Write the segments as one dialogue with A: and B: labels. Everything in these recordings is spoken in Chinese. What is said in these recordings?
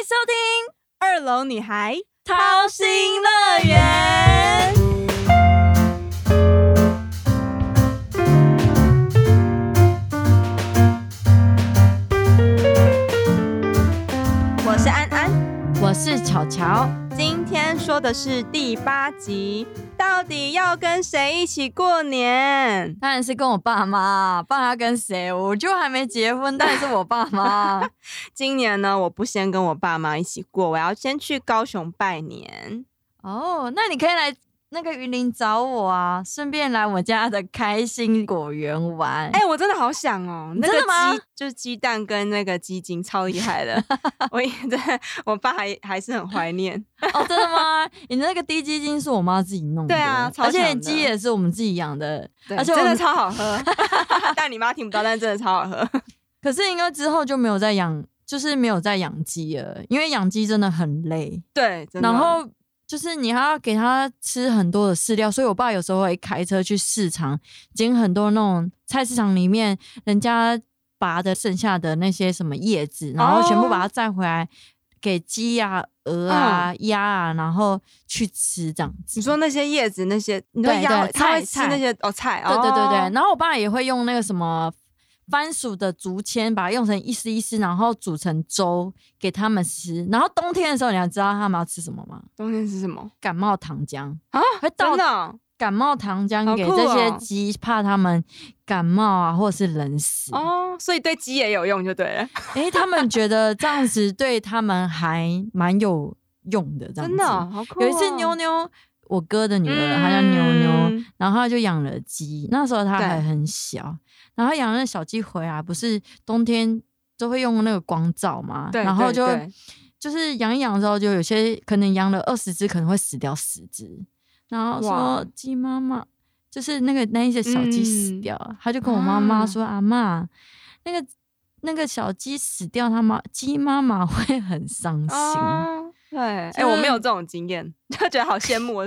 A: 迎收听
B: 二楼女孩，
A: 掏心乐园。
B: 我是安安。
A: 我是巧巧，
B: 今天说的是第八集，到底要跟谁一起过年？
A: 当然是跟我爸妈，爸妈跟谁？我就还没结婚，当然是我爸妈。
B: 今年呢，我不先跟我爸妈一起过，我要先去高雄拜年。
A: 哦，那你可以来那个云林找我啊，顺便来我家的开心果园玩。
B: 哎、我真的好想哦，那
A: 真的
B: 个
A: 吗
B: 鸡就是鸡蛋跟那个鸡精超厉 害的，我也 对我爸还还是很怀 念。
A: 哦，真的吗？ 你的那个低基金是我妈自己弄的，
B: 对啊超
A: 而且
B: 强的
A: 鸡也是我们自己养的。
B: 对
A: 而且我
B: 真的
A: 们
B: 超 好喝， 但你妈听不到，但是真的超好喝。
A: 可是应该之后就没有再养，就是没有再养鸡了，因为养鸡真的很累，
B: 对，真的啊
A: 然后。就是你还要给它吃很多的饲料，所以我爸有时候会开车去市场捡很多那种菜市场里面人家拔的剩下的那些什么叶子，然后全部
B: 哦
A: 把它带回来给鸡啊、鹅啊、鸭啊，然后去吃这样子。
B: 嗯你说那些叶子那些，你说
A: 对
B: 鸭
A: 对
B: 它会
A: 菜
B: 吃那
A: 菜
B: 些哦菜，
A: 对对对对，
B: 哦
A: 然后我爸也会用那个什么番薯的竹签，把它用成一丝一丝，然后煮成粥给他们吃。然后冬天的时候，你还知道他们要吃什么吗？
B: 冬天是什么
A: 感冒糖浆，
B: 啊？
A: 会
B: 真
A: 倒
B: 的哦
A: 感冒糖
B: 好
A: 浆给
B: 酷
A: 这些
B: 哦
A: 鸡，怕他们感冒啊，或者是冷死。哎、
B: 哦，所以对鸡也有用就对了，
A: 他们觉得这样子对他们还蛮有用的，这样子。
B: 真的哦好酷哦。
A: 有一次妞妞，我哥的女儿，她叫
B: 嗯
A: 妞妞，然后他就养了鸡，那时候他还很小，然后养了那小鸡回来，不是冬天都会用那个光照嘛，
B: 对
A: 然后
B: 对
A: 就会
B: 对
A: 就是养一养之后，就有些可能养了二十只，可能会死掉十只，然后
B: 哇
A: 说鸡妈妈就是那个那一些小鸡死
B: 嗯
A: 掉了，他就跟我妈妈
B: 啊
A: 说阿妈那个。那个小鸡死掉，他妈鸡妈妈会很伤心。
B: 哦对，哎、
A: 就是
B: 我没有这种经验， 就觉得好羡慕，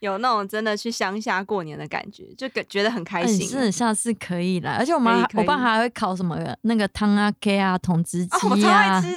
B: 有那种真的去乡下过年的感觉，就感觉得很开
A: 哎
B: 心。
A: 真的下次可以来，而且我妈
B: 可以可以
A: 我爸还会烤什么那个汤啊、K 啊、童子鸡
B: 哦，我超
A: 啊，
B: 爱吃的，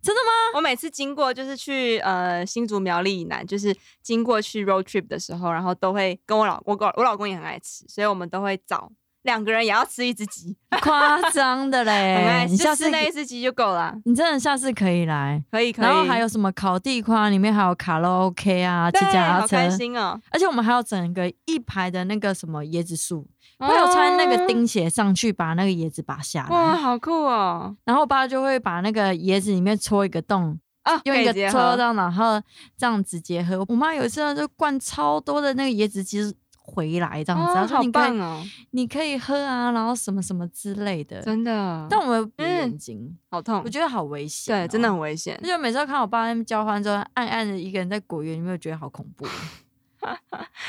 A: 真的
B: 吗？我每次经过就是去呃新竹苗栗以南，就是经过去 road trip 的时候，然后都会跟我老我跟我老公也很爱吃，所以我们都会找两个人也要吃一只鸡，
A: 夸张的
B: 很爱
A: 嘞！
B: 吃，
A: 哎你下
B: 就
A: 次
B: 吃那一只鸡就够了。
A: 你真的下次可以来，
B: 可以可以，
A: 然后还有什么烤地瓜，里面还有卡拉 OK 啊、骑
B: 对
A: 脚踏
B: 好
A: 车，
B: 开心哦！
A: 而且我们还有整个一排的那个什么椰子树，我有穿那个
B: 哦
A: 钉鞋上去把那个椰子拔下
B: 哇，
A: 来，
B: 好酷哦！
A: 然后我爸就会把那个椰子里面戳一个洞，
B: 啊，
A: 用一个
B: 可以直接
A: 抽
B: 喝
A: 到，然后这样直接喝。我妈有一次呢就灌超多的那个椰子汁回来，这样子，啊
B: 哦
A: 她说
B: 好
A: 你可
B: 棒
A: 以，
B: 哦，
A: 你可以喝啊，然后什么什么之类的。
B: 真的，
A: 但我们闭
B: 嗯
A: 眼睛，
B: 好痛
A: 我，觉得好危险、哦
B: 对，真的。很危险
A: 而。且每次看我爸他们交换之后，暗暗的一个人在果园里面，我觉得好恐怖。哦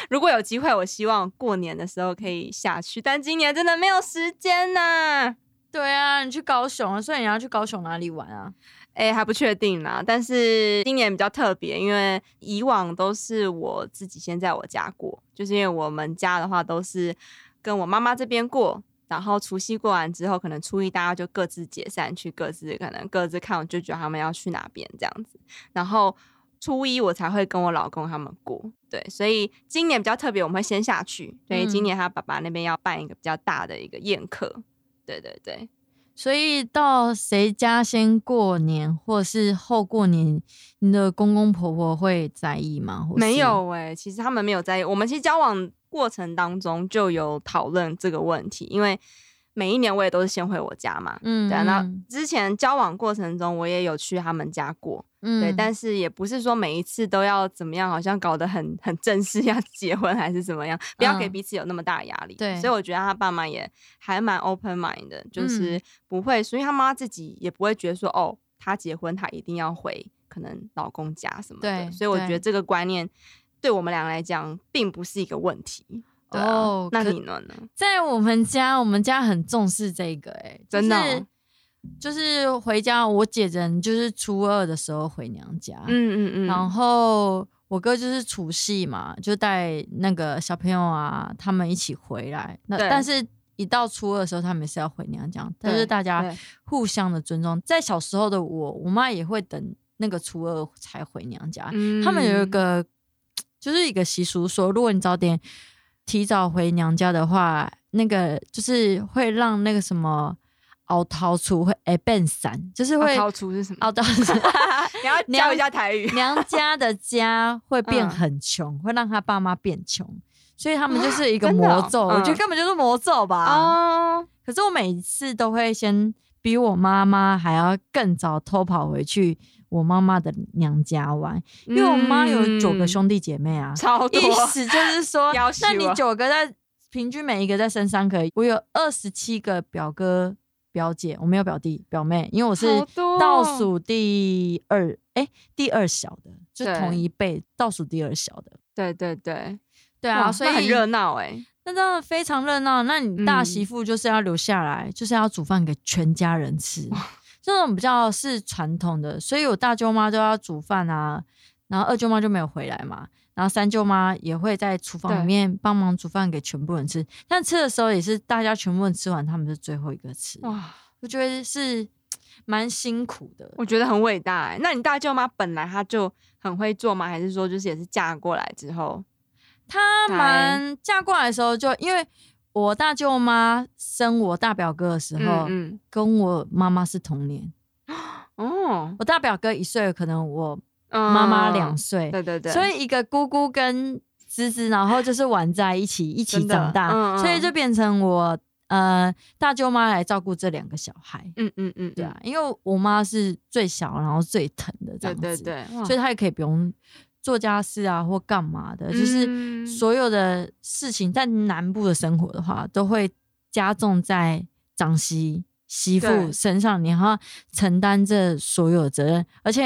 B: 如果有机会，我希望过年的时候可以下去，但今年真的没有时间呐、
A: 对啊，你去高雄了，所以你要去高雄哪里玩啊？
B: 哎、还不确定啦，但是今年比较特别，因为以往都是我自己先在我家过，就是因为我们家的话都是跟我妈妈这边过，然后除夕过完之后，可能初一大家就各自解散，去各自可能各自看我舅舅他们要去哪边这样子，然后初一我才会跟我老公他们过，对，所以今年比较特别，我们会先下去，所以
A: 嗯
B: 今年他爸爸那边要办一个比较大的一个宴客，对对对，
A: 所以到谁家先过年，或是后过年，你的公公婆婆会在意吗？或是
B: 没有哎、其实他们没有在意。我们其实交往过程当中就有讨论这个问题，因为每一年我也都是先回我家嘛。
A: 嗯，
B: 对啊，那
A: 嗯
B: 之前交往过程中，我也有去他们家过，
A: 嗯
B: 对，但是也不是说每一次都要怎么样，好像搞得很很正式，要结婚还是怎么样，不要给
A: 嗯
B: 彼此有那么大的压力。
A: 对
B: 所以我觉得他爸妈也还蛮 open mind 的，就
A: 嗯
B: 是不会，所以他妈自己也不会觉得说，哦，她结婚她一定要回可能老公家什么的。
A: 对
B: 所以我
A: 对
B: 觉得这个观念对我们俩来讲并不是一个问题。对啊
A: 哦
B: 那
A: 可
B: 你呢？
A: 在我们家，我们家很重视这个、哎，
B: 真的哦
A: 就是。就是回家，我姐人就是初二的时候回娘家，
B: 嗯嗯
A: 然
B: 嗯，
A: 后我哥就是除夕嘛，就带那个小朋友啊，他们一起回来。那
B: 对
A: 但是，一到初二的时候，他们也是要回娘家，但是
B: 对
A: 大家
B: 对
A: 互相的尊重。在小时候的我，我妈也会等那个初二才回娘家。
B: 嗯
A: 他们有一个就是一个习俗说，如果你早点提早回娘家的话，那个就是会让那个什么熬逃出会哎变散，就是
B: 哦
A: 会
B: 超出是什么？
A: 熬到
B: 你要
A: 你
B: 教
A: 要
B: 一下台语。
A: 娘家的家会变
B: 嗯
A: 很穷，会让他爸妈变穷，所以他们就是一个
B: 真的哦
A: 魔咒，
B: 嗯
A: 我觉得根本就是魔咒吧。
B: 哦，
A: 可是我每次都会先比我妈妈还要更早偷跑回去我妈妈的娘家玩，因为我妈有九个
B: 嗯，
A: 兄弟姐妹啊，
B: 超多，
A: 意思就是说
B: 要，啊死
A: 那你
B: 我
A: 九个在平均每一个在生三个，我有二十七个表哥表姐，我没有表弟表妹，因为我是
B: 好多
A: 倒数第二，哎、第二小的，就
B: 对
A: 同一辈倒数第二小的。
B: 对对对，
A: 对
B: 哇
A: 啊，所以
B: 那很热闹哎。
A: 那真的非常热闹。那你大媳妇就是要留下来，就是要煮饭给全家人吃，这种比较是传统的。所以我大舅妈都要煮饭啊，然后二舅妈就没有回来嘛，然后三舅妈也会在厨房
B: 对
A: 里面帮忙煮饭给全部人吃。但吃的时候也是大家全部人吃完，他们是最后一个吃。
B: 哇，
A: 我觉得是蛮辛苦的。
B: 我觉得很伟大哎。那你大舅妈本来她就很会做吗？还是说就是也是嫁过来之后？
A: 她
B: 才
A: 蛮嫁过来的时候就，因为我大舅妈生我大表哥的时候，
B: 嗯
A: 跟我妈妈是同年。
B: 嗯哦，
A: 我大表哥一岁，可能我
B: 妈
A: 妈妈两，岁，
B: 哦对对对，
A: 所以一个姑姑跟侄子，然后就是玩在一起，一起
B: 真的
A: 长大，
B: 嗯嗯
A: 所以就变成我呃大舅妈来照顾这两个小孩，
B: 嗯嗯嗯，
A: 对啊，因为我妈是最小，然后最疼的这
B: 对
A: 样子，
B: 对对，哇
A: 所以她也可以不用做家事啊或干嘛的，就是
B: 嗯
A: 所有的事情在南部的生活的话，都会加重在长媳媳
B: 对
A: 妇身上，你还要承担这所有责任。而且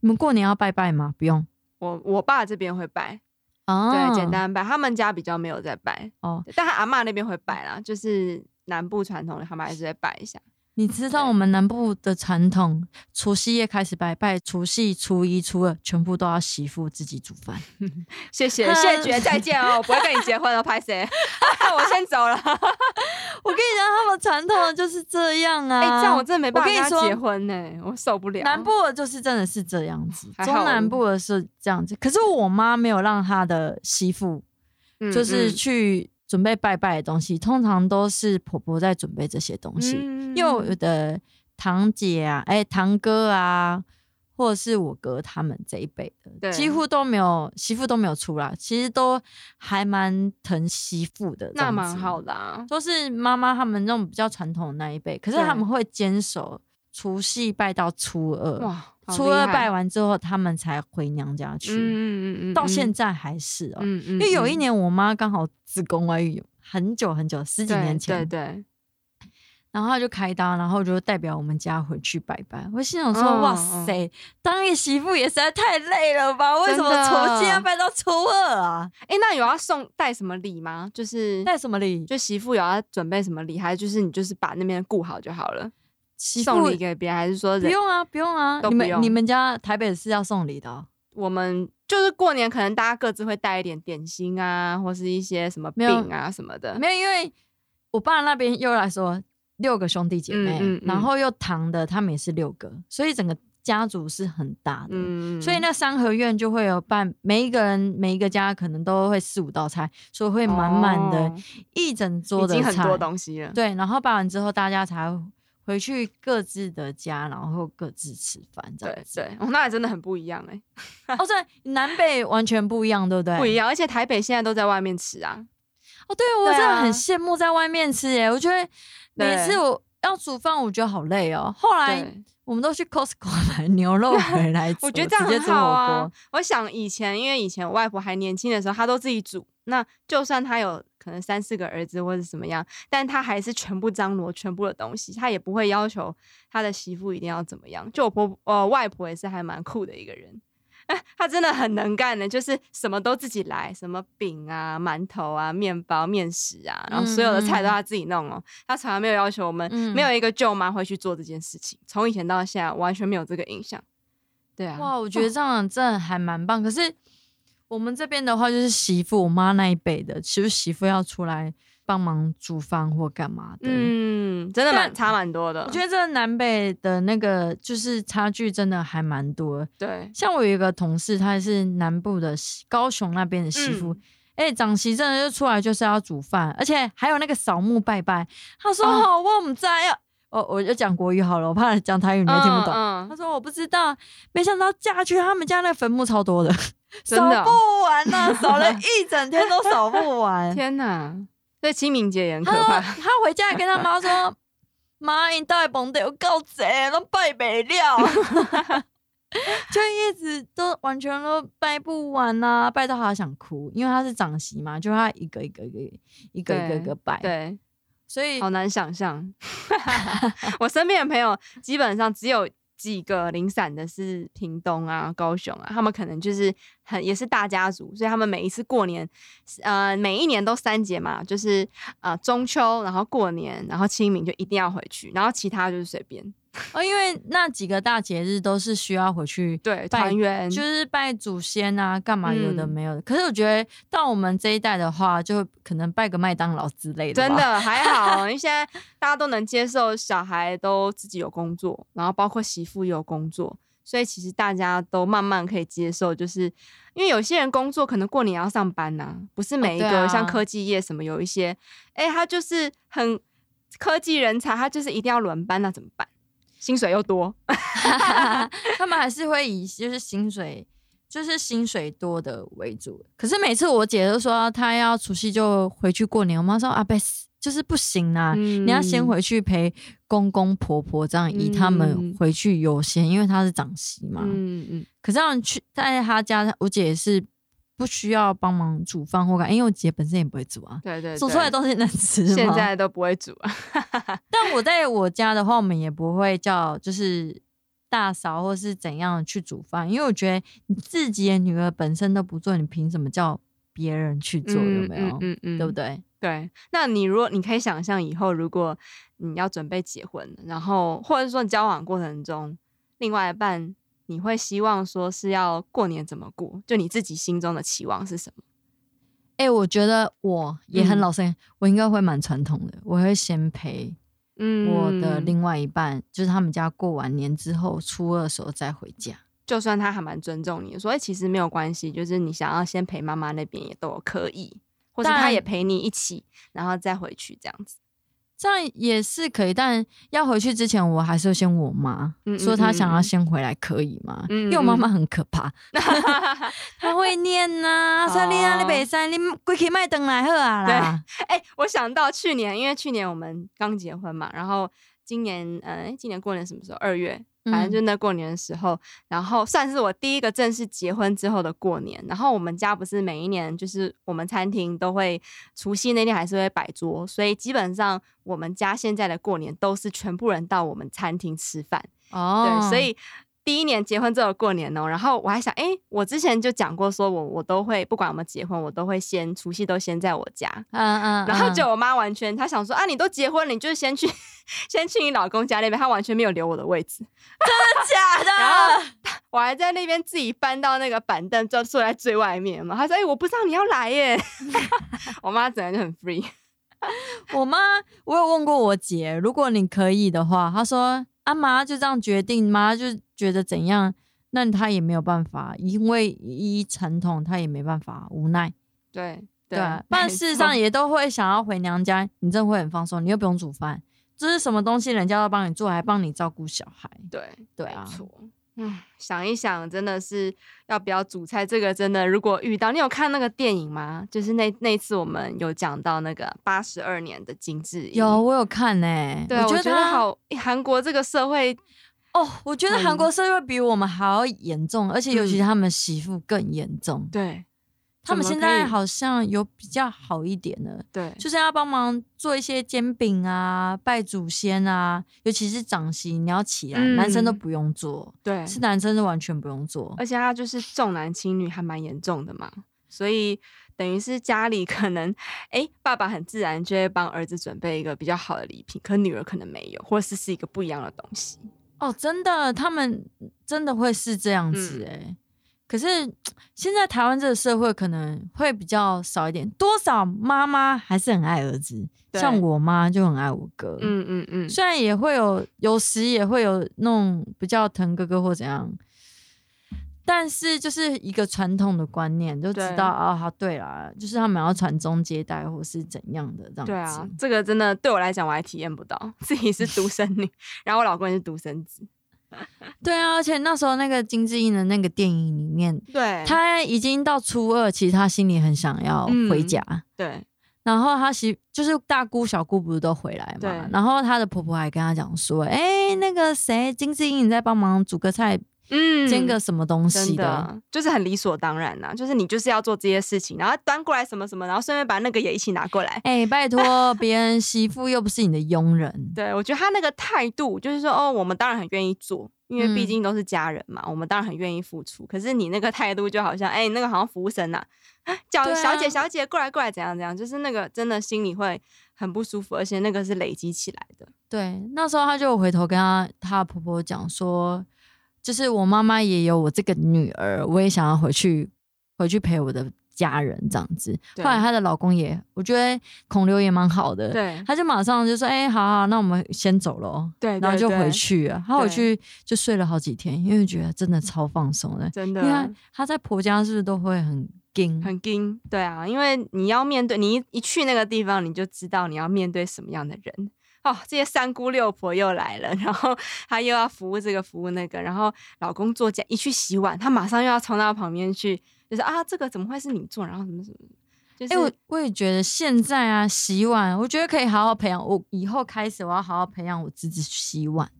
A: 你们过年要拜拜吗？不用
B: 我我爸这边会拜，
A: 哦
B: 对，简单拜，他们家比较没有在拜，
A: 哦。
B: 对但他阿嬷那边会拜啦，就是南部传统的，他们还是会拜一下。
A: 你知道我们南部的传统，除夕夜开始拜拜，除夕、初一、初二全部都要媳妇自己煮 饭。
B: 谢谢，
A: 嗯
B: 谢绝，再见哦，我不会跟你结婚哦，拍 谁？ 我先走了。
A: 啊我跟你讲，他们传统就是这样啊。
B: 哎，这样我真的没办法
A: 我跟你
B: 跟他
A: 说
B: 结婚呢，我受不了。
A: 南部的就是真的是这样子，
B: 还
A: 中
B: 好
A: 南部的是这样子。可是我妈没有让她的媳妇
B: 嗯
A: 就是去准备拜拜的东西，通常都是婆婆在准备这些东西。
B: 嗯
A: 因为我的堂姐啊，哎、堂哥啊，或者是我哥他们这一辈
B: 对
A: 的，几乎都没有媳妇都没有出来，其实都还蛮疼媳妇的，
B: 那蛮好。的啊，
A: 都是妈妈他们那种比较传统的那一辈，可是
B: 对
A: 他们会坚守除夕拜到初二，
B: 哇，好
A: 呃初
B: 厉
A: 二
B: 害嗯
A: 拜，完之后他们才回娘家去，
B: 嗯嗯嗯嗯，
A: 到现
B: 在，
A: 在还是哦、
B: 嗯嗯，
A: 因为有一年我妈刚好子宫外孕，有很久很久，十几
B: 嗯对
A: 年前，
B: 对对，
A: 然后她就开刀，然后就代表我们家回去拜拜。我心想说，
B: 嗯
A: 哇塞，当个媳妇也实在太累了吧？为什么从今要拜到初二啊？
B: 哎，那有要送带什么礼吗？就是
A: 带什么礼？
B: 嗯就媳妇有要准备什么礼，还是就是你就是把那边顾好就好了？
A: 媳
B: 送
A: 妇
B: 礼给别人，还是说
A: 不
B: 人
A: 用啊，不用啊，
B: 都
A: 你
B: 不用
A: 们你们家台北是要送礼的、哦。
B: 我们就是过年可能大家各自会带一点点心啊，或是一些什么
A: 没有
B: 饼啊什么的。
A: 没有，因为我爸那边又来说六个兄弟姐妹，
B: 嗯嗯嗯
A: 然后又堂的他们也是六个，所以整个家族是很大的。
B: 嗯
A: 所以那三合院就会有办，每一个人每一个家可能都会四五道菜，所以会满满的、
B: 哦
A: 一整桌
B: 已
A: 的
B: 经
A: 菜。
B: 很多东西了。
A: 对，然后办完之后大家才回去各自的家，然后各自吃饭这
B: 对
A: 样子。
B: 对，哦，那还真的很不一样哎、
A: 哦，对，南北完全不一样，对不对？
B: 不一样。而且台北现在都在外面吃啊，
A: 哦，对我
B: 对
A: 真的
B: 啊
A: 很羡慕在外面吃耶，我觉得每
B: 对
A: 次我要煮饭，我觉得好累哦。后来
B: 对，
A: 我们都去 Costco 买牛肉回来煮，
B: 我觉得这样
A: 直接
B: 很
A: 煮
B: 好
A: 火
B: 啊
A: 锅。。
B: 我想以前，因为以前我外婆还年轻的时候，她都自己煮。那就算她有可能三四个儿子或者怎么样，但她还是全部张罗全部的东西，她也不会要求她的媳妇一定要怎么样。就我婆呃外婆也是还蛮酷的一个人。 她真的很能干的，就是什么都自己来，什么饼啊、馒头啊、面包、面食啊，然后所有的菜都她自己弄哦。她从来没有要求我们，
A: 嗯
B: 没有一个舅妈会去做这件事情，从以前到现在完全没有这个印象。对啊，
A: 哇，我 觉得这样真的还蛮棒。可是我们这边的话，就是媳妇，我妈那一辈的，其实媳妇要出来帮忙煮饭或干嘛的。
B: 嗯，真的蛮
A: 但
B: 差蛮多的。
A: 我觉得这南北的那个就是差距真的还蛮多的，
B: 对，
A: 像我有一个同事，他是南部的西高雄那边的媳妇
B: 嗯，
A: 哎、长媳真的就出来就是要煮饭，而且还有那个扫墓拜拜。他说：“
B: 哦
A: 哦，我们在要，我我就讲国语好了，我怕讲台语你会听不懂。
B: 嗯
A: 他
B: 嗯
A: 说：“我不知道，没想到嫁去他们家那坟墓超多的，
B: 真
A: 扫
B: 的哦
A: 不完呐、扫 了一整天都扫不完。
B: 天哪，所以清明节也很可
A: 他说
B: 怕。
A: 他回家跟他妈说：“妈，你到底蒙得有够贼，都拜不了。” 就一直都完全都拜不完呐、拜到他想哭，因为他是长媳嘛，就他一个一个一个一个一个一个拜，
B: 对，
A: 所以
B: 好难想象。 我身边的朋友基本上只有几个零散的是屏东啊、高雄啊，他们可能就是很也是大家族，所以他们每一次过年，呃，每一年都三节嘛，就是呃中秋，然后过年，然后清明就一定要回去，然后其他就是随便。
A: 哦，因为那几个大节日都是需要回去
B: 对，
A: 拜
B: 团圆
A: 就是拜祖先啊，干嘛有的
B: 嗯
A: 没有的。可是我觉得到我们这一代的话，就可能拜个麦当劳之 类的，
B: 真。的还好，因为现在大家都能接受，小孩都自己有工作，然后包括媳妇也有工作，所以其实大家都慢慢可以接受，就是因为有些人工作可能过年也要上班呐、不是每一
A: 对啊
B: 个像科技业什么有一些，哎、他就是很科技人才，他就是一定要轮班，那怎么办？薪水又多，
A: 他们还是会以就是薪水就是薪水多的为主。可是每次我姐都说她要除夕就回去过年，我妈说啊，贝斯就是不行啊，
B: 嗯
A: 你要先回去陪公公婆婆，这样以他们
B: 嗯
A: 回去优先，因为她是长媳嘛。
B: 嗯嗯，
A: 可是让去在她家，我姐也是不需要帮忙煮饭或干，因为我姐本身也不会煮啊。
B: 对对对，
A: 煮出来的东西能吃吗？
B: 现在都不会煮啊，
A: 但我在我家的话，我们也不会叫就是大嫂或是怎样去煮饭，因为我觉得你自己的女儿本身都不做，你凭什么叫别人去做？有没有？
B: 嗯嗯
A: 对不对？
B: 对，那你如果你可以想象以后，如果你要准备结婚，然后或者说交往过程中，另外一半你会希望说是要过年怎么过？就你自己心中的期望是什么？
A: 哎、我觉得我也很
B: 嗯
A: 老实讲，我应该会蛮传统的，我会先陪
B: 嗯
A: 我的另外一半，就是他们家过完年之后，初二的时候再回家。
B: 就算他还蛮尊重你，说哎、其实没有关系，就是你想要先陪妈妈那边也都有可以，或者
A: 当
B: 他
A: 然
B: 也陪你一起，然后再回去这样子。
A: 这样也是可以，但要回去之前，我还是会先问我妈，
B: 嗯嗯
A: 说她想要
B: 嗯
A: 先回来，可以吗？
B: 嗯
A: 因为我妈
B: 嗯
A: 妈很可怕，她会念 呐、说你啊，
B: 哦
A: 你北山，你归去麦等来好啊啦。
B: 哎、我想到去年，因为去年我们刚结婚嘛，然后今年，呃，今年过年什么时候？二月，
A: 嗯
B: 反正就那过年的时候，然后算是我第一个正式结婚之后的过年。然后我们家不是每一年就是我们餐厅都会除夕那天还是会摆桌，所以基本上我们家现在的过年都是全部人到我们餐厅吃饭。
A: 哦
B: 对，所以第一年结婚之后过年哦，然后我还想，哎，我之前就讲过，说我我都会不管我们结婚，我都会先除夕都先在我家，
A: 嗯嗯，
B: 然后
A: 嗯
B: 就我妈完全，她想说啊，你都结婚了，你就是先去 先去你老公家那边，她完全没有留我的位置，
A: 假
B: 然后
A: 的，
B: 我还在那边自己搬到那个板凳，就坐在最外面嘛。她说，哎、我不知道你要 来耶，我妈整个就很 free，
A: 我妈我有问过我姐，如果你可以的话，她说啊妈就这样决定，妈就觉得怎样，那她也没有办法，因为依传统她也没办法，无奈。
B: 对
A: 对啊，但事实上也都会想要回娘家，你真的会很放松，你又不用煮饭，就是什么东西人家都帮你做，还帮你照顾小孩。
B: 对
A: 对啊
B: 没错。嗯，想一想，真的是要不要煮菜？这个真的，如果遇到你有看那个电影吗？就是那那次我们有讲到那个八十二年的金智英，
A: 有，我有看呢、
B: 对啊，
A: 嗯我
B: 我
A: 觉
B: 觉得
A: 他
B: 好，诶韩国这个社会
A: 哦，我觉得韩国社会比我们还要严重，而且尤其
B: 嗯
A: 他们媳妇更严重。
B: 对
A: 他们
B: 怎
A: 现
B: 么
A: 在
B: 可以
A: 好像有比较好一点了，
B: 对，
A: 就是要帮忙做一些煎饼啊、拜祖先啊，尤其是长媳，你要起来，男生都
B: 嗯
A: 不用做，
B: 对，
A: 是男生是完全不用做。
B: 而且他就是重男轻女还蛮严重的嘛，所以等于是家里 可能，哎、爸爸很自然就会帮儿子准备一个比较好的礼品，可女儿可能没有，或是是一个不一样的东西。
A: 哦，真的，他们真的会是这样子
B: 嗯
A: 哎、可是现在台湾这个社会可能会比较少一点，多少妈妈还是很爱儿子，
B: 对
A: 像我妈就很爱我哥，
B: 嗯嗯嗯，
A: 虽然也会有，有时也会有那种比较疼哥哥或怎样，但是就是一个传统的观念，就知
B: 对
A: 道啊，好对啦，就是他们要传宗接代或是怎样的这样子。
B: 对啊，这个真的对我来讲我还体验不到， 自己是独生女，然后我老公也是独生子，
A: 对啊，而且那时候那个金智英的那个电影里面，
B: 对他
A: 他已经到初二，其实他心里很想要回
B: 嗯
A: 家。
B: 对
A: 然后他媳就是大姑小姑不是都回来
B: 对
A: 嘛，然后她的婆婆还跟她讲说，哎、那个谁金智英，你再帮忙煮个菜，
B: 嗯
A: 煎个什么东西
B: 真的就是很理所当然呐、就是你就是要做这些事情，然后端过来什么什么，然后顺便把那个也一起拿过来。
A: 哎、拜托，别人媳妇又不是你的佣 人。
B: 对我觉得他那个态度就是说，哦，我们当然很愿意做，因为毕
A: 嗯
B: 竟都是家人嘛，我们当然很愿意付出。可是你那个态度就好像，哎、那个好像服务生呐、叫
A: 对啊
B: 小姐小姐过来过来，怎样怎样，就是那个真的心里会很不舒服，而且那个是累积起来的。
A: 对，那时候她就回头跟她她婆婆讲说，就是我妈妈也有我这个女儿，我也想要回去回去陪我的家人这样子。后
B: 对
A: 来她的老公也，我觉得孔刘也蛮好的，
B: 对
A: 他就马上就说，哎、好好，那我们先走喽。
B: 对，
A: 然后
B: 对
A: 就回，
B: 对
A: 去了，她回去就睡了好几天，因为觉得真的超放松的。
B: 真
A: 因
B: 的
A: 为她她在婆家是不是都会很惊？
B: 很惊。对啊，因为你要面对，你一一去那个地方，你就知道你要面对什么样的人。哦，这些三姑六婆又来了，然后 她又要服务这个服务那个，然后老公做家一去洗碗，她马上又要冲到旁边去，就是啊，这个怎么会是你做？然后什么什么，就是、
A: 哎、我我也觉得现在啊，洗碗，我觉得可以好好培养。我以后开始，我要好好培养我侄子洗 碗，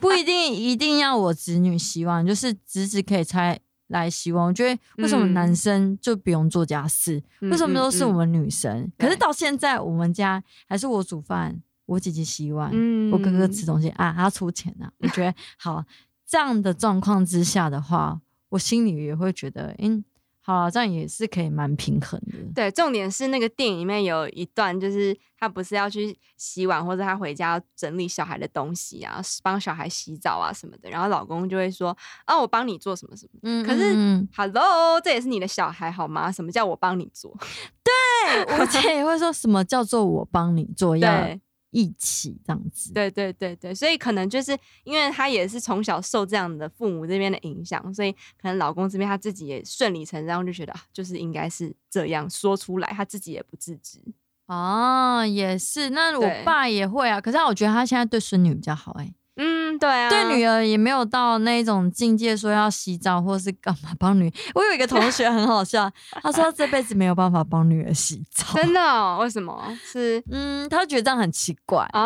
A: 不一定一定要我侄女洗碗，就是侄子可以拆来洗碗。我觉得为什么
B: 嗯
A: 男生就不用做家事，
B: 嗯
A: 为什么都是我？
B: 嗯
A: 们女生？可
B: 对
A: 是到现在，我们家还是我煮饭，我姐姐洗碗，
B: 嗯
A: 我哥哥吃东西啊，他出钱啊。我 觉得好这样的状况之下的话，我心里也会觉得，嗯，好啊、这样也是可以蛮平衡的。
B: 对，重点是那个电影里面有一段，就是他不是要去洗碗，或者他回家要整理小孩的东西啊，帮小孩洗澡啊什么的，然后老公就会说：“啊，我帮你做什么什么。”
A: 嗯
B: 可是
A: 嗯
B: Hello，这也是你的小孩好吗？什么叫我帮你做？
A: 嗯我姐也会说什么叫做我帮你做， 要
B: 对
A: 一起这样子。
B: 对对对对，所以可能就是因为他也是从小受这样的父母这边的影响，所以可能老公这边他自己也顺理成章就觉得啊，就是应该是这样说出来，他自己也不自知。
A: 哦，也是。那
B: 对
A: 我爸也会啊，可是我觉得他现在对孙女比较好哎、
B: 嗯，对啊，
A: 对女儿也没有到那种境界，说要洗澡或是干嘛帮女。我有一个同学很好笑，他说他这辈子没有办法帮女儿洗澡，
B: 真的哦、为什么是
A: 嗯，他觉得这样很奇怪。嗯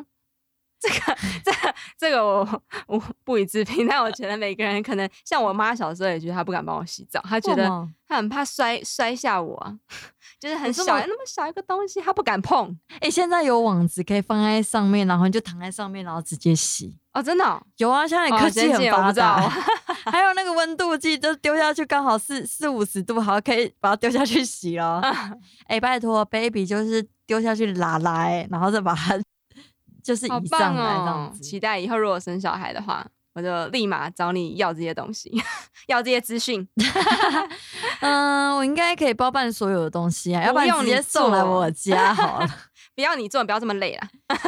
B: 啊？这个 这个这个我我不予置评，但我觉得每个人可能像我妈小时候也觉得她不敢帮我洗澡，她觉
A: 为
B: 得
A: 什么
B: 他很怕摔摔下我、 啊，就是很
A: 哦你这
B: 小
A: 么
B: 那么小一个东西，他不敢碰
A: 哎、现在有网子可以放在上面，然后你就躺在上面，然后直接洗。
B: 哦，真的哦、
A: 有啊，现在
B: 哦
A: 科技
B: 先
A: 很
B: 进我
A: 发
B: 不知道
A: 达， 还有那个温度计，就丢下去刚好四四五十度，好可以把它丢下去洗了。哎、拜托，baby 就是丢下去拉拉、欸，然后再把它 就是
B: 好
A: 移上
B: 棒
A: 来这
B: 哦
A: 样！子。
B: 期待以后如果生小孩的话，我就立马找你要这些东西， 要这些资讯。
A: 嗯，我应该可以包办所有的东西啊，
B: 不
A: 要不然
B: 用
A: 直接
B: 你
A: 送来
B: 做
A: 我 家好了。
B: 不要你做，不要这么累啦。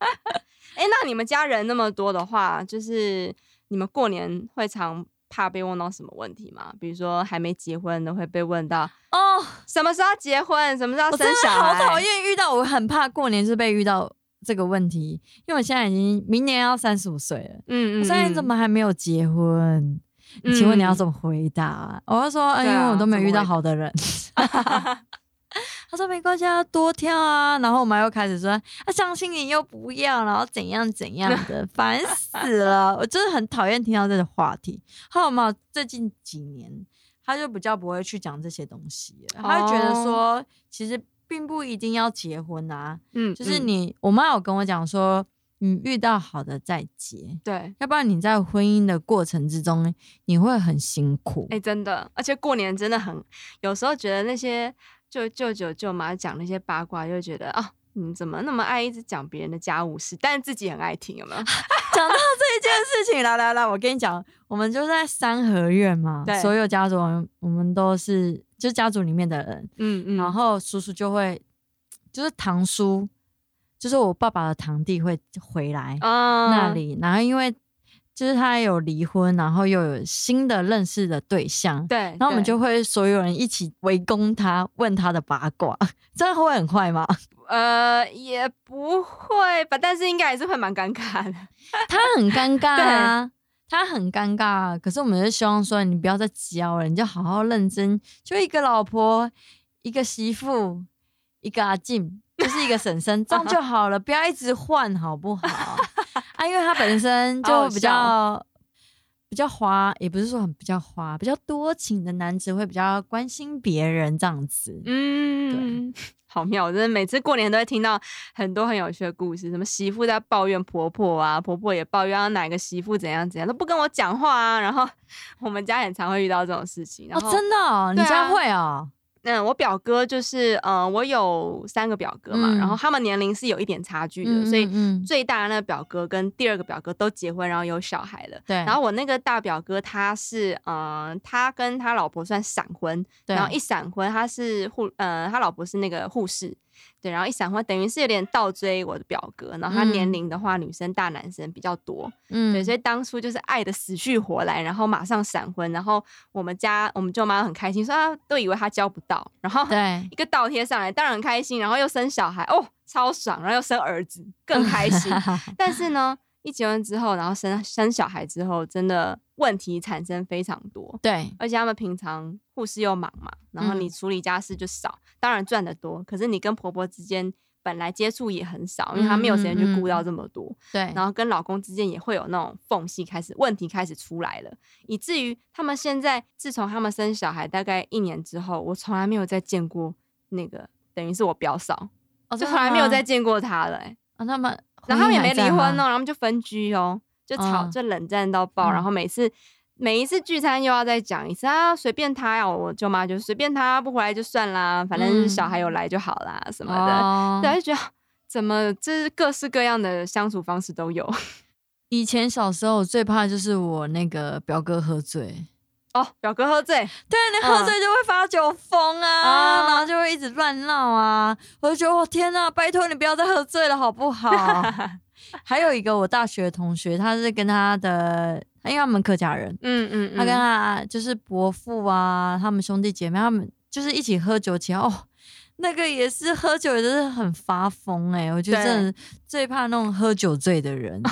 B: 哎、那你们家人那么多的话，就是你们过年会常怕被问到什么问题吗？比如说还没结婚的会被问到
A: 哦，
B: 什么时候要结婚，什么时候要
A: 我
B: 生
A: 真的
B: 小
A: 好
B: 孩，
A: 讨厌遇到，我很怕过年是被遇到这个问题，因为我现在已经明年要三十五岁了，
B: 嗯。嗯嗯，
A: 我说哎你怎么还没有结婚？请问你要
B: 嗯
A: 怎么回答？我要说，嗯，
B: 对
A: 因
B: 啊
A: 为我都没有遇
B: 怎么
A: 到
B: 回答
A: 好的人。 他说没关系，啊，多挑啊。然后我妈又开始说，啊，相信你又不要，然后怎样怎样的，烦死了！我真的很讨厌听到这个话题。后来我妈最近几年，她就比较不会去讲这些东西了，她就觉
B: 哦
A: 得说，其实并不一定要结婚啊，
B: 嗯，
A: 就是
B: 嗯
A: 你，我妈有跟我讲说，你遇到好的再结。
B: 对。
A: 要不然你在婚姻的过程之中，你会很辛苦。
B: 哎、真的，而且过年真的很，有时候觉得那些舅舅舅舅妈讲那 些八卦，就会觉得啊，你怎么那么爱一直讲别人的家务事，但是自己很爱听，有没有？
A: 讲讲到这一件事情，来来来，我跟你讲，我们就在三合院嘛
B: 对，
A: 所有家族我们我们都是就家族里面的人，
B: 嗯嗯，
A: 然后叔叔就会就是堂叔，就是我爸爸的堂弟会回来
B: 啊
A: 那里，然后因为就是他有离婚，然后又有新的认识的对象，
B: 对，
A: 然后我们
B: 对
A: 就会所有人一起围攻他，问他的八卦， 这样会很坏吗？
B: 呃也不会吧，但是应该也是会蛮尴尬的。
A: 他很尴尬啊，他很尴尬、啊。可是我们就希望说，你不要再教了，你就好好认真。就一个老婆，一个媳妇，一个阿静，就是一个婶 婶，这样就好了，不要一直换，好不好？啊，因为他本身
B: 好好
A: 就比较。比较花，也不是说很比较花，比较多情的男子会比较关心别人这样子。
B: 嗯， 好妙！我真的每次过年都会听到很多很有趣的故事，什么媳妇在抱怨婆婆啊，婆婆也抱怨啊哪个媳妇怎样怎样，都不跟我讲话啊。然后 我们家很常会遇到这种事情。然
A: 哦
B: 后，，
A: 真的、哦，你
B: 对啊
A: 家会哦？
B: 嗯，我表哥就是，嗯、我有三个表哥嘛，
A: 嗯
B: 然后他们年龄是有一点差距的，
A: 嗯，
B: 所以
A: 嗯，嗯
B: 最大的那个表哥跟第二个表哥都结婚，然后有小孩了。
A: 对，
B: 然后我那个大表哥他是，嗯、他跟他老婆算闪婚，
A: 对
B: 然后一闪婚，他是护，呃，他老婆是那个护士，对，然后一闪婚等于是有点倒追我的表哥，然后他年
A: 嗯
B: 龄的话，女生大男生比较多，
A: 嗯
B: 对，所以当初就是爱的死去活来，然后马上闪婚，然后我们家我们舅妈很开心，说啊，都以为他交不到，然后
A: 对
B: 一个倒贴上来，当然很开心，然后又生小孩，哦，超爽，然后又生儿子，更开 心， 但是呢，一结婚之后，然后生生小孩之后，真的问题产生非常多，
A: 对，
B: 而且他们平常护士又忙嘛，然后你
A: 嗯
B: 处理家事就少，当然赚得多，可是你跟婆婆之间本来接触也很少，因为她没有时间去顾
A: 嗯
B: 到这么多，
A: 对，
B: 然后跟老公之间也会有那种缝隙开始，问题开始出来了，以至于他们现在自从他们生小孩大概一年之后，我从来没有再见过那个。等于是我表嫂，
A: 哦
B: 就
A: 真
B: 从
A: 的
B: 来没有
A: 吗
B: 再见过她了、欸
A: 啊，他们，
B: 然后他们也没离婚哦，然
A: 呢。
B: 后他们就分居哦，就吵、
A: 嗯
B: 就冷战到爆，
A: 嗯
B: 然后每次。每一次聚餐又要再讲一次啊，随便他呀、我舅妈就随便他，不回来就算啦，反正
A: 嗯
B: 小孩有来就好啦，什么的。
A: 哦，
B: 对，，就觉得 怎么这是各式各样的相处方式都有
A: 以前小时候我最怕就是我那个表哥喝醉，嗯
B: 哦。表哥喝醉，
A: 对啊你喝醉就会发酒疯啊，
B: 啊
A: 然后就会一直乱闹啊，我就觉得我天呐，拜托你不要再喝醉了好不 好？还有一个我大学的同学，他是跟他的，因为他们客家人，
B: 嗯嗯，
A: 他跟他就是伯父啊，他们兄弟姐妹，他们就是一起喝酒起来哦。那个也是喝酒，也是很发疯哎、我觉得
B: 对
A: 真的最怕那种喝酒醉的 人，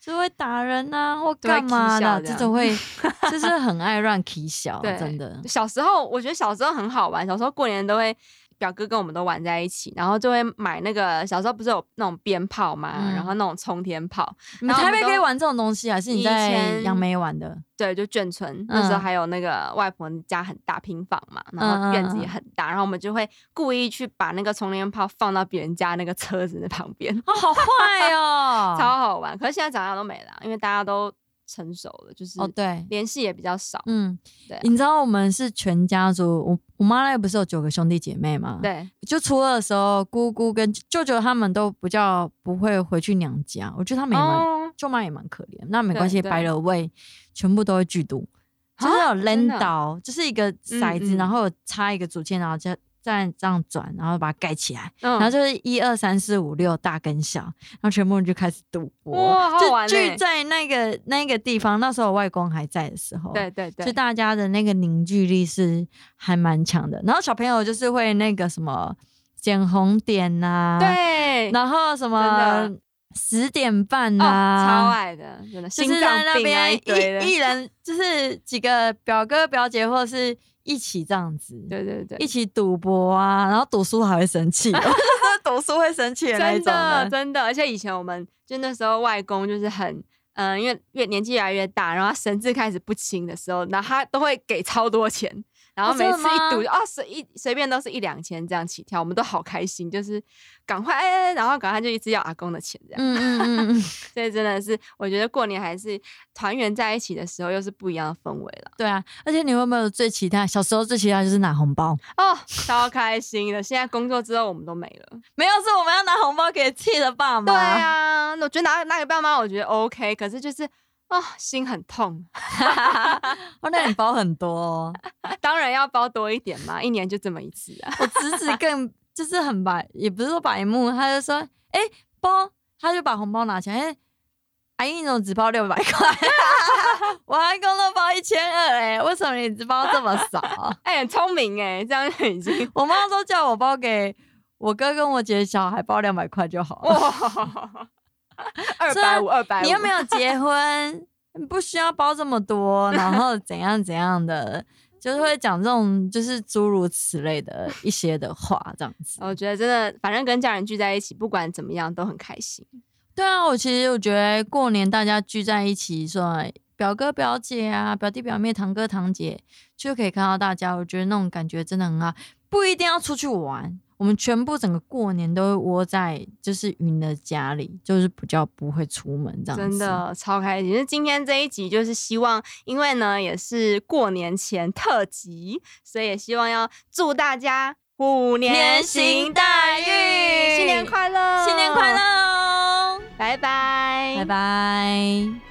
A: 就会打人啊或干嘛的，
B: 就会起笑
A: 这种会就
B: 这样
A: 是很爱乱起小，
B: 对
A: 真的。
B: 小时候，我觉得小时候很好玩。小时候过年都会表哥跟我们都玩在一起，然后就会买那个小时候不是有那种鞭炮嘛，
A: 嗯
B: 然后那种冲天炮，
A: 你们
B: 然后
A: 台
B: 我们
A: 北可以
B: 都
A: 玩这种东西啊？还是你
B: 以
A: 在
B: 前
A: 杨梅玩 的？
B: 对，就眷村那时候
A: 嗯
B: 还有那个外婆家很大平房嘛，然
A: 嗯
B: 后
A: 嗯
B: 院子也
A: 嗯
B: 很大，然后我们就会故意去把那个充电炮放到别人家那个车子的旁边，
A: 哦，好坏哦！
B: 超好玩。可是现在长大都没了，啊因为大家都成熟了，就是
A: 哦，对，
B: 联系也比较少。
A: 嗯，
B: 对啊
A: 你知道我们是全家族，我我妈那里不是有九个兄弟姐妹吗？
B: 对，
A: 就初二的时候，姑姑跟舅舅他们都比较不会回去娘家，我觉得他们也蛮、
B: 哦，
A: 舅妈也蛮可怜。那没关系，
B: 对对啊
A: 白了位全部都会剧毒，就是有扔
B: 真的
A: 倒，就是一个骰子，
B: 嗯嗯
A: 然后有插一个竹签，然后就再这样转，然后把它盖起来，
B: 嗯
A: 然后就是一二三四五六大跟小，然后全部人就开始赌博，
B: 哇，好好玩
A: 就聚
B: 欸
A: 在那个那个地方。那时候我外公还在的时候，
B: 对对对
A: 就，大家的那个凝聚力是还蛮强的。然后小朋友就是会那个什么剪红点呐、
B: 对，
A: 然后什
B: 真
A: 么十点半呐、
B: 哦，超爱的，真的，
A: 就
B: 心
A: 是在
B: 脏
A: 那
B: 病啊
A: 边
B: 一堆的，
A: 一一人就是几个表哥表姐或者是一起这样子，
B: 对对对，
A: 一起赌博啊，然后赌输还会生气， 我就是赌输会生气的那一
B: 真
A: 种的
B: 的真的，而且以前我们就那时候外公就是很。嗯，因为越年纪越来越大，然后他神志开始不清的时候，然后他都会给超多钱，然后
A: 哦
B: 每
A: 真的
B: 次一
A: 吗
B: 赌就啊随一随便都是一两千这样起跳，我们都好开心，就是赶快哎、哎然后赶快就一直要阿公的钱这样，
A: 嗯嗯嗯嗯，
B: 所以真的是我觉得过年还是团圆在一起的时候又是不一样的氛围了
A: 对啊，而且你有没有最期待？小时候最期待就是拿红包，
B: 哦，超开心的。现在工作之后我们都没了。
A: 没有是我们要拿红包给自己的爸妈。
B: 对，啊，我觉得拿拿给爸妈，我觉得 OK，可是就是啊、心很痛。
A: 哦，那你包很多、哦，
B: 当然要包多一点嘛，一年就这么一次啊。
A: 我侄子更就是很白，也不是说白目，他就说，哎、包，他就把红包拿起来，哎、阿姨你怎么只包六百块？ 我还工作包一千二哎，为什么你只包这么少？啊
B: 哎、很聪明哎，这样就已经
A: 我妈都叫我包给我哥跟我姐小孩包两百块就好了。
B: 哇，二百五，二百五，
A: 你又没有结婚，不需要包这么多，然后怎样怎样的，就是会讲这种就是诸如此类的一些的话，这样子。
B: 我觉得真的，反正跟家人聚在一起，不管怎么样都很开心。
A: 对啊，我其实我觉得过年大家聚在一起，说表哥表姐啊，表弟表妹、堂哥堂姐，就可以看到大家，我觉得那种感觉真的很好，不一定要出去玩。我们全部整个过年都会窝在就是云的家里，就是比较不会出门这样子。
B: 真，的超开心！就是今天这一集，就是希望，因为呢也是过年前特辑，所以也希望要祝大家虎年
A: 年
B: 行
A: 行
B: 大
A: 大
B: 运，
A: 运
B: 新年快乐，
A: 新年快乐哦！
B: 拜拜，
A: 拜拜。